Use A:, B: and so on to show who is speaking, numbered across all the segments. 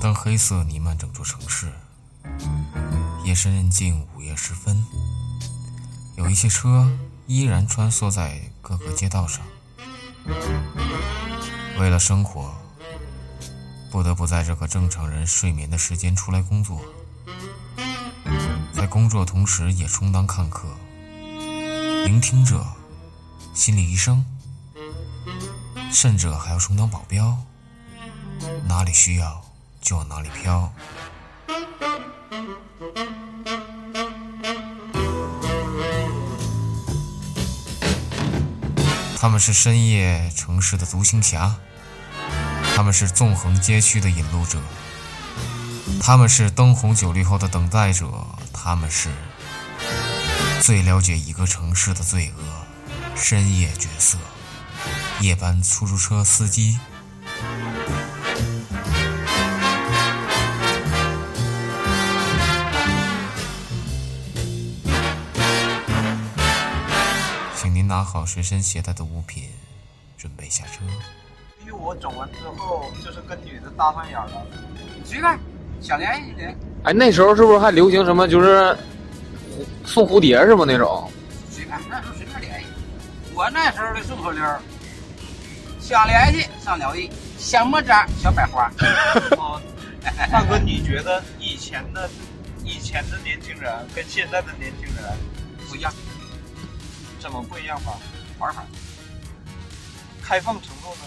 A: 当黑色弥漫整座城市，夜深人静，午夜时分，有一些车依然穿梭在各个街道上。为了生活，不得不在这个正常人睡眠的时间出来工作，在工作同时也充当看客、聆听者、心理医生，甚至还要充当保镖。哪里需要就往哪里飘。他们是深夜城市的独行侠，他们是纵横街区的引路者，他们是灯红酒绿后的等待者，他们是最了解一个城市的罪恶深夜角色，夜班出租车司机。请您拿好随身携带的物品，准备下车。
B: 拘我走完之后，就是跟女的搭上眼了，
C: 随便，想联系联系，
D: 哎，那时候是不是还流行什么就是送蝴蝶是吗？那种
C: 随便，那时候随便联系。我那时候的顺口溜儿，想联系上辽艺，想么扎小百花。
B: 啊，大哥，你觉得以前的以前的年轻人跟现在的年轻人不一样，怎么不一样吧？
C: 玩法
B: 开放程度呢？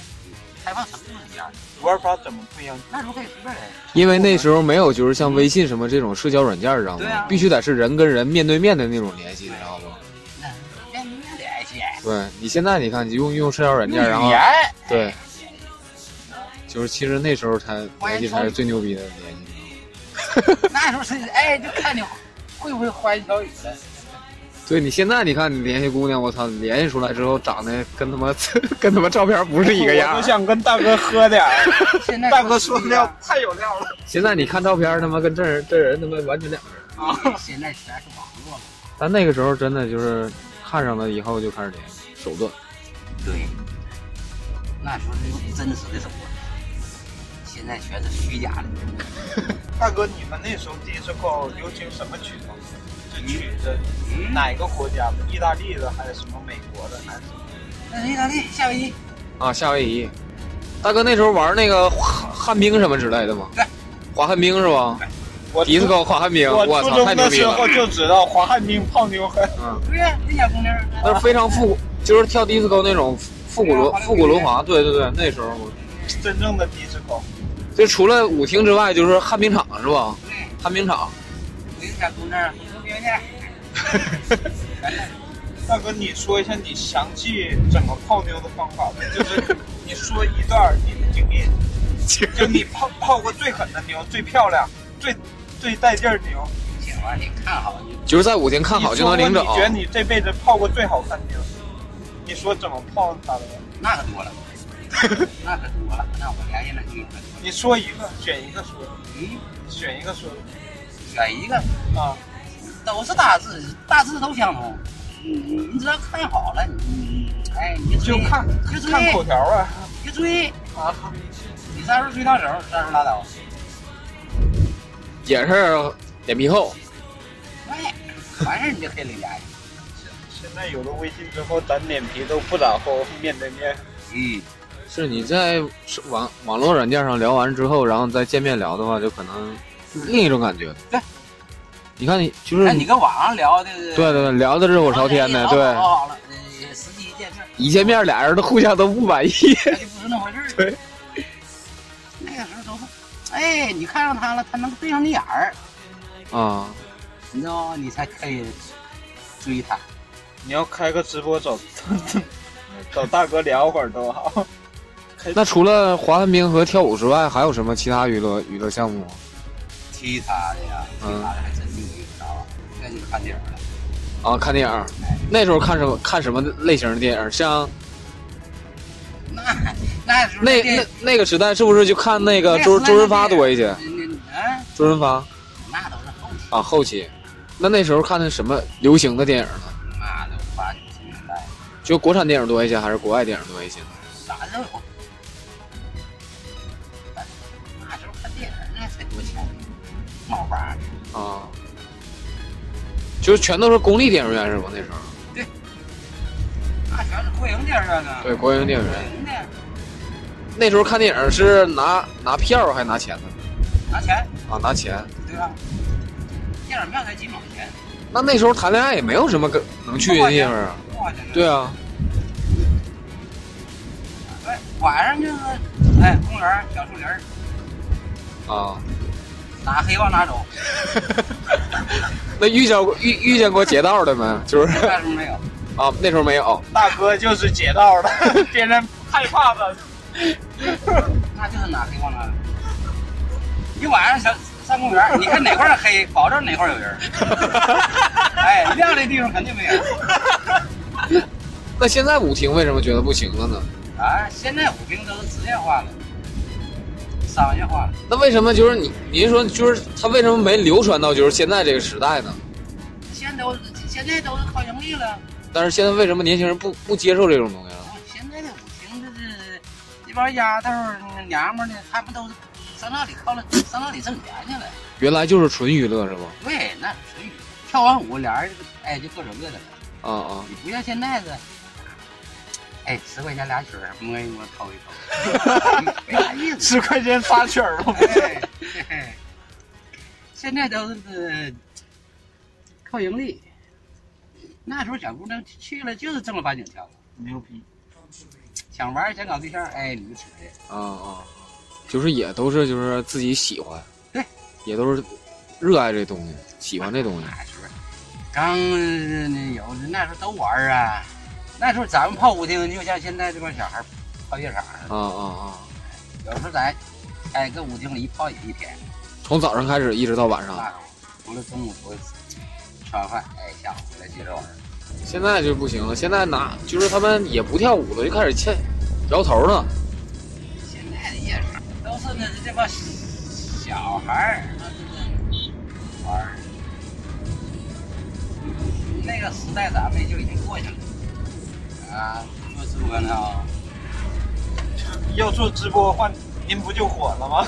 C: 开放程度是一样的，
B: 玩法怎么不一样？
C: 那时候可以随便联系。
D: 因为那时候没有就是像微信什么这种社交软件，知道吗？
C: 对啊
D: 必须得是人跟人面对面的那种联系，知道吗？
C: 那那那联系，
D: 对你现在你看，你用用社交软
C: 语
D: 件，啊然后
C: 言
D: 对，就是其实那时候才
C: 欢
D: 联
C: 迎
D: 系
C: 收
D: 才是最牛逼的联系。
C: 那时候是哎，就看你会不会花言巧语了。
D: 对你现在你看你联系姑娘，我操，你联系出来之后长得跟他妈 跟他妈照片不是一个样
B: 我
D: 儿
B: 都。想跟大哥喝点 儿。
C: 现 在
B: 大哥说
C: 不一
B: 料
C: 样
B: 太有料了。
D: 现在你看照片，他妈跟真人真人他妈完全两个人。
C: 啊现在全是网络了。
D: 但那个时候真的就是看上了以后就开始联系，手段。
C: 对，那时候是用真实的生活，现在全是虚假的。
B: 大哥，你们那时候第一次扣流行什么曲风？这曲子
C: 嗯
B: 哪个国家的？意大利的还是什么美国的？还是什么
C: 那是意大利、夏威夷，
D: 啊，夏威夷。大哥那时候玩那个旱旱冰什么之类的吗
C: 对？
D: 滑旱冰是吧？
B: 我
D: 迪斯科滑旱冰，
B: 哎我
D: 我
B: 初
D: 操，
B: 中
D: 太牛
B: 的
D: 逼
B: 时
D: 了
B: 候！就知道滑旱冰、泡妞和
D: 嗯，
C: 对呀，那小姑娘。
D: 那是非常复古，就是跳迪斯科那种复古
B: 哎
D: 轮复古轮滑。对对对，那时候我
B: 真正的迪斯科。
D: 就除了舞厅之外，就是旱冰场是吧？
C: 对，
D: 旱冰场。
C: 我一小姑娘，明天
B: 大哥，你说一下你详细怎么泡妞的方法吧，就是你说一段你的经历， 就你泡泡过最狠的妞、最漂亮、最最带劲儿妞，
C: 姐夫，你看好你，
D: 就是在舞厅看好就能领
B: 你说
D: 走
B: 过。你觉得你这辈子泡过最好看妞，你说怎么泡她的吧？
C: 那可多了，那可多了，那我联系了你可多了。
B: 你说一个，选一个说，
C: 嗯，
B: 选一个说
C: 选一个，
B: 啊！
C: 都是大致，大致都相同。嗯，你只要看好了，你哎，你
B: 就
C: 追
B: 看
C: 就追
B: 看口条啊
C: 你追，
B: 啊！
C: 你啥时候追到手，啥时候拉倒。
D: 也是脸皮厚。
C: 哎，完事儿你就可以领联系。
B: 现在有了微信之后，咱脸皮都不咋厚，面对面。
C: 嗯，
D: 是你在网网络软件上聊完之后，然后再见面聊的话，就可能另一种感觉。哎
C: 对，
D: 你看你就
C: 那
D: 是
C: 哎你哦跟网上聊的，
D: 对对对，聊的热火朝天的，对。
C: 好好了，呃实际一见面，
D: 一见面俩人都互相都不满意。
C: 那就不是那回事儿。
D: 对，
C: 那个时候都是，哎，你看上他了，他能对上你眼儿，
D: 啊，
C: 你知道吗？你才可以追他。
B: 你要开个直播找 找大哥聊会儿多好。
D: 那除了滑旱冰和跳舞之外，还有什么其他娱乐娱乐项目吗？
C: 踢他的呀，踢
D: 嗯
C: 他的还真牛逼，知道吧？那你看点儿了，哎
D: 啊，看电影。那时候看什么看什么类型的电影？像
C: 那那时候
D: 那
C: 电
D: 那那个时代，是不是就看那个
C: 那
D: 周
C: 时代
D: 周润发多一些？
C: 那啊，
D: 周润发
C: 那都是后期，
D: 啊，后期。那那时候看的什么流行的电影呢？
C: 妈的八九十年代
D: 就国产电影多一些，还是国外电影多一些呢？
C: 哎啥都有。那时候看电影那是
D: 啊，就是全都是公立电影院是吧？那时候
C: 那全是国营电影院呢。
D: 对国营电影
C: 国
D: 院，
C: 营的
D: 那时候看电影是拿拿票还是拿钱呢？
C: 拿钱，
D: 啊，拿钱。
C: 对吧？电影票才几毛钱，
D: 那那时候谈恋爱也没有什么个能去的地方啊。
C: 五毛钱呢。
D: 对啊，
C: 对，晚上就是，哎，公园儿小树林儿
D: 啊，
C: 打黑帮拿走，
D: 那遇见过遇遇见过劫道的没？ 就是
C: 那时候没有。
D: 啊，那时候没有。
B: 大哥就是劫道的， 别人害怕的。
C: 那就是拿黑帮拿的。一晚上上上公园儿，你看哪块儿黑，保证哪块儿有人儿。哎，亮的地方肯定没有。
D: 那现在舞厅为什么觉得不行了呢？
C: 啊，现在五兵都是职业化了，商业化了。
D: 那为什么就是你您说就是它为什么没流传到就是现在这个时代呢？
C: 现在都是现在都是靠盈利了。
D: 但是现在为什么年轻人不不接受这种东西了？
C: 现在的五行就是这帮丫头儿娘们儿呢，他们都是上那里靠了，上那里挣钱去了。
D: 原来就是纯娱乐是吧？
C: 对，那纯娱乐跳完舞俩人就哎就各走各的了。
D: 啊啊，
C: 你不像现在的，哎，十块钱俩曲儿摸一摸掏一掏，没啥意思。
B: 十块钱仨曲儿吧，
C: 哎嘿嘿现在都是靠盈利，那时候小姑娘去了就是正儿八经跳舞，
B: 牛逼！
C: 想玩儿想搞对象，哎，你就请这。
D: 啊啊，就是也都是就是自己喜欢，
C: 对，
D: 也都是热爱这东西，喜欢这东西
C: 那时候刚呃那有那时候都玩儿啊，那时候咱们泡舞厅就像现在这帮小孩儿泡夜场似的，
D: 啊啊啊！
C: 有时候咱哎搁舞厅里一泡也一天，
D: 从早上开始一直到晚上，
C: 那除了中午除了吃完饭，哎下午再接着玩儿。
D: 现在就不行了。现在拿就是他们也不跳舞了，就开始欠摇头了。
C: 现在的夜场都是那这帮小孩儿，那就是玩儿。那个时代咱们就已经过去了啊！做直播呢、
B: 要做直播换您不就火了吗？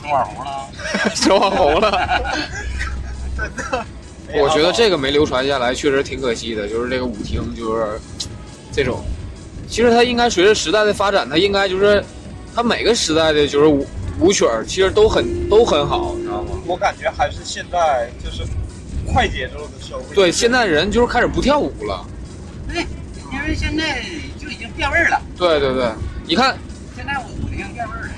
C: 成网红了啊、
D: 小网红了。
B: 真的。
D: 我觉得这个没流传下来，确实挺可惜的。就是这个舞厅，就是这种，其实它应该随着时代的发展，它应该就是它每个时代的就是舞舞曲儿，其实都很都很好，你知道吗？
B: 我感觉还是现在就是快节奏的社会。
D: 对，现在人就是开始不跳舞了。
C: 对，因为现在就已经变味儿了，
D: 对对对，你看
C: 现在我我已经变味儿了。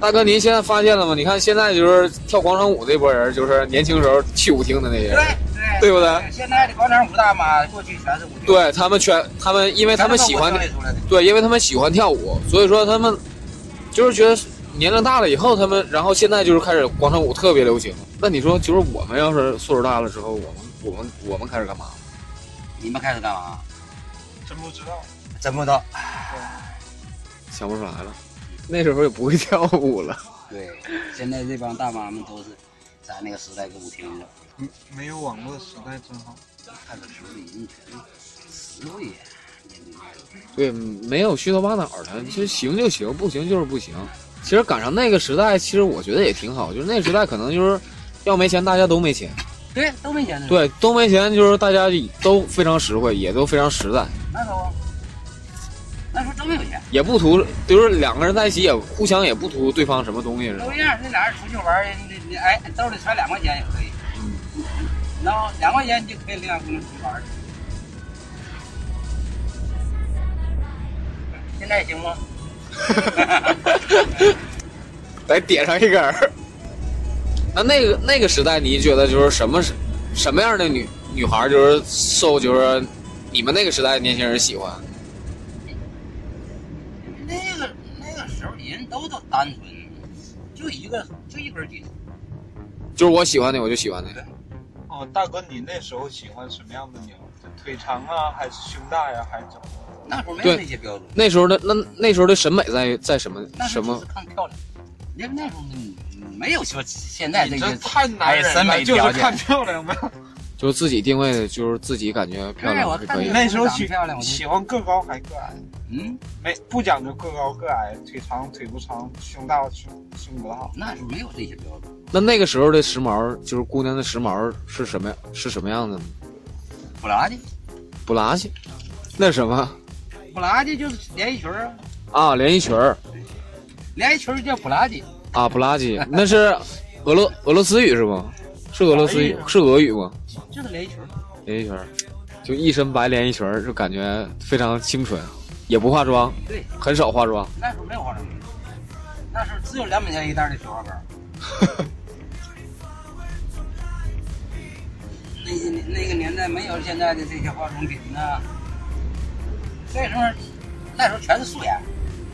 D: 大哥，您现在发现了吗？你看现在就是跳广场舞这波人，就是年轻时候去舞厅的那些
C: 对
D: 人，
C: 对
D: 对不对？
C: 现在的广场舞大妈，过去全是舞厅，
D: 对他们全他们，因为他们喜欢
C: 全是从我整理出来的。
D: 对，因为他们喜欢跳舞，所以说他们就是觉得年龄大了以后，他们然后现在就是开始广场舞特别流行。那你说，就是我们要是岁数大了之后，我们我们我们开始干嘛？
C: 你们开始干嘛？
B: 真不知道。
C: 真不道。
D: 想不出来了，那时候也不会 跳舞了。
C: 对，现在这帮大妈们都是咱那个时代歌舞厅的，
B: 嗯，没有网络时代真好。
C: 看着手里人全实惠呀，面对面的
D: 对，没有虚头巴脑的，其实行就行，不行就是不行。其实赶上那个时代，其实我觉得也挺好，就是那个时代可能就是要没钱，大家都没钱，
C: 对，都没钱的。，
D: 对，都没钱，就是大家都非常实惠，也都非常实在。
C: 那时候，那时候都没有钱，
D: 也不图，就是两个人在一起也互相也不图对方什么东西，是吧
C: 都一样。那俩人出去玩儿，你你哎，兜里揣两块钱也可以，
B: 嗯
C: 然后两块钱你就可以领俩姑娘出去玩儿去。现在行吗？
D: 来点上一根儿。 那那个那个时代，你觉得就是什么是什么样的女女孩儿就是受就是你们那个时代的年轻人喜欢？
C: 那个那个时候人都都单纯，就一个就一根筋。
D: 就是我喜欢你，我就喜欢你。
B: 哦，大哥，你那时候喜欢什么样的鸟？腿长啊，还是胸大呀、还是怎么？
C: 那时候没有那些标准，
D: 那时候的那那时候的审美在在什么
C: 那时
D: 什
C: 候就
D: 么
C: 是？看漂亮。因为嗯那时候没有说现在这
B: 你
C: 些
B: 这太男人了，
C: 哎审美
B: 就是
C: 条件
B: 看漂亮呗。
D: 就是自己定位的，就是自己感觉漂
C: 对我
D: 亮是可
C: 看
D: 以的。
B: 那时候
C: 长得
B: 喜
C: 漂亮我就
B: 喜欢个高还个矮，
C: 嗯，
B: 没不讲究个高个矮，腿长腿不长，胸大胸胸不大。
C: 那是没有这些标准。
D: 那那个时候的时髦，就是姑娘的时髦是什么是什么样的呢？
C: 布拉吉，
D: 不拉去，那什么
C: 布拉吉就是连衣裙儿啊，
D: 啊，连衣裙儿
C: 连衣裙儿叫布拉吉，
D: 啊，不拉几，那是俄罗俄罗斯语是吗？是俄罗斯语
B: 哎呀
D: 是俄语吗？
C: 就是连衣裙儿。
D: 连衣裙儿，就一身白连衣裙儿，就感觉非常清纯，也不化妆，
C: 对，
D: 很少化妆。
C: 那时候没有化妆品，那时候只有两百块钱一袋的雪花膏。那个年那个年代没有现在的这些化妆品呢，所以说那时候全是素颜。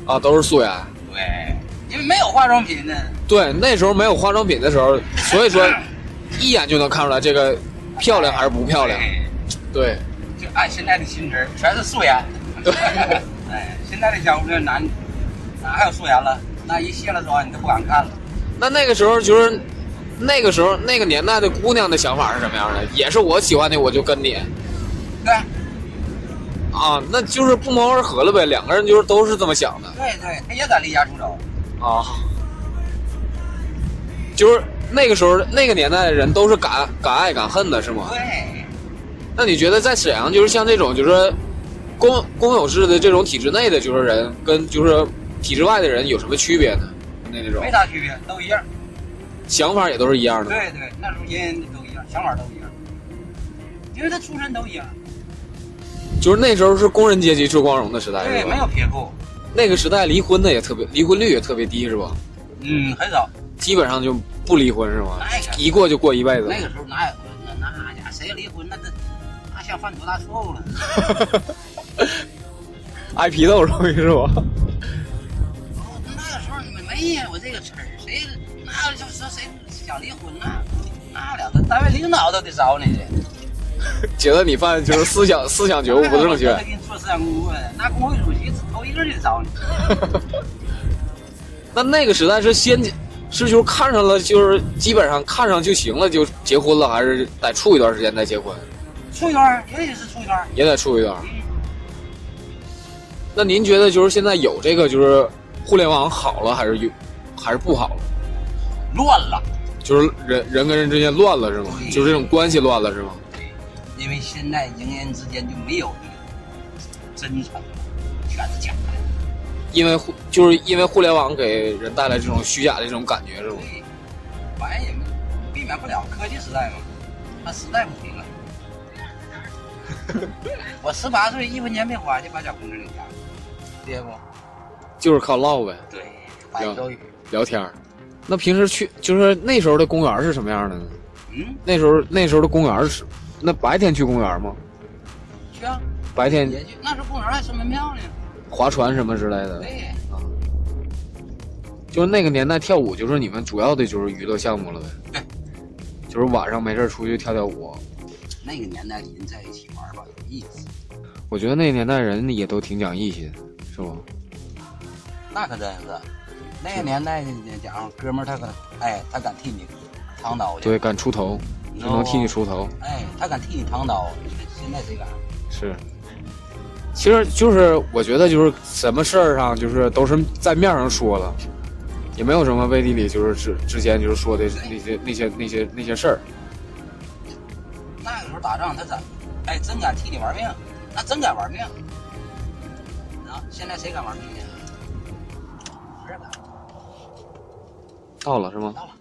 D: 啊，都是素颜。
C: 对，因为没有化妆品呢。
D: 对，那时候没有化妆品的时候，所以说一眼就能看出来这个漂亮还是不漂亮。
C: 对
D: 对，
C: 就按现在的新词儿，全是素 颜。
D: 对
C: 哎，现在的小姑娘哪哪还有素颜了？那一卸了妆，你都不敢看了。
D: 那那个时候就是那个时候那个年代的姑娘的想法是什么样的？也是我喜欢你，我就跟你
C: 对
D: 啊，那就是不谋而合了呗。两个人就是都是这么想的
C: 对对，她也敢离家出走。
D: 啊，就是那个时候那个年代的人都是敢敢爱敢恨的，是吗？
C: 对，
D: 那你觉得在沈阳，就是像这种就是公公有制的这种体制内的就是人，跟就是体制外的人有什么区别呢？那那种
C: 没啥区别，都一样。
D: 想法也都是一样的。
C: 对对，那时候人人都一样，想法都一样，因为他出身都一样。
D: 就是那时候是工人阶级最光荣的时代，
C: 对，
D: 是吧
C: 没有撇步。
D: 那个时代离婚的也特别，离婚率也特别低，是吧？
C: 嗯，很少。
D: 基本上就不离婚，是吗？
C: 那个
D: 一过就过一辈子。
C: 哎那个时候哪有那那家伙谁离婚那这那像犯多大错误了？
D: 挨批斗容易是吧？
C: 哦那个时候你们没有这个词儿，谁那就说谁想离婚那那了得，单位领导都得找你去。
D: 觉得你犯就是思想思想觉悟不正确
C: 那。给你做思想工作的，那工会主席头一个就得找你。
D: 那那个时代是先，是就是看上了，就是基本上看上就行了，就结婚了，还是得处一段时间再结婚，
C: 处一段儿也得是处一段儿。
D: 也得处一段。
C: 嗯。
D: 那您觉得就是现在有这个就是互联网好了，还是有，还是不好了？
C: 乱了，
D: 就是人人跟人之间乱了是吗？
C: 对
D: 就是这种关系乱了是吗？
C: 因为现在人与人之间就没有真诚了，全是假的。
D: 因为互就是因为互联网给人带来这种虚假的这种感觉是吗
C: 所？以，反正也没避免不了科技时代嘛，那时代不行了。 我十八岁一分钱没花就把小姑娘领家，对不？
D: 就是靠唠呗，
C: 对，白周语。
D: 聊天儿。那平时去就是那时候的公园是什么样的呢？
C: 嗯，
D: 那时候那时候的公园是，那白天去公园吗？
C: 去啊，
D: 白天
C: 也去。那时候公园还什么庙呢？
D: 划船什么之类的，
C: 对，
D: 就是那个年代跳舞就是你们主要的就是娱乐项目了呗。就是晚上没事儿出去跳跳舞，
C: 那个年代人在一起玩吧有意思。
D: 我觉得那个年代人也都挺讲义气的，是吧？
C: 那可真是，那个年代的家伙，哥们儿他可哎，他敢替你扛刀去。
D: 对，敢出头，就能替你出头，
C: 哎，他敢替你扛刀，现在谁敢？
D: 是。其实就是我觉得就是什么事儿上就是都是在面上说了，也没有什么背地里就是之之间就是说的那些那些那些那些事儿。
C: 那个时候打仗，他敢，哎，真敢替你玩命，那真敢玩命。啊，现在谁敢玩命呀？不是敢，
D: 到了是吗？
C: 到了。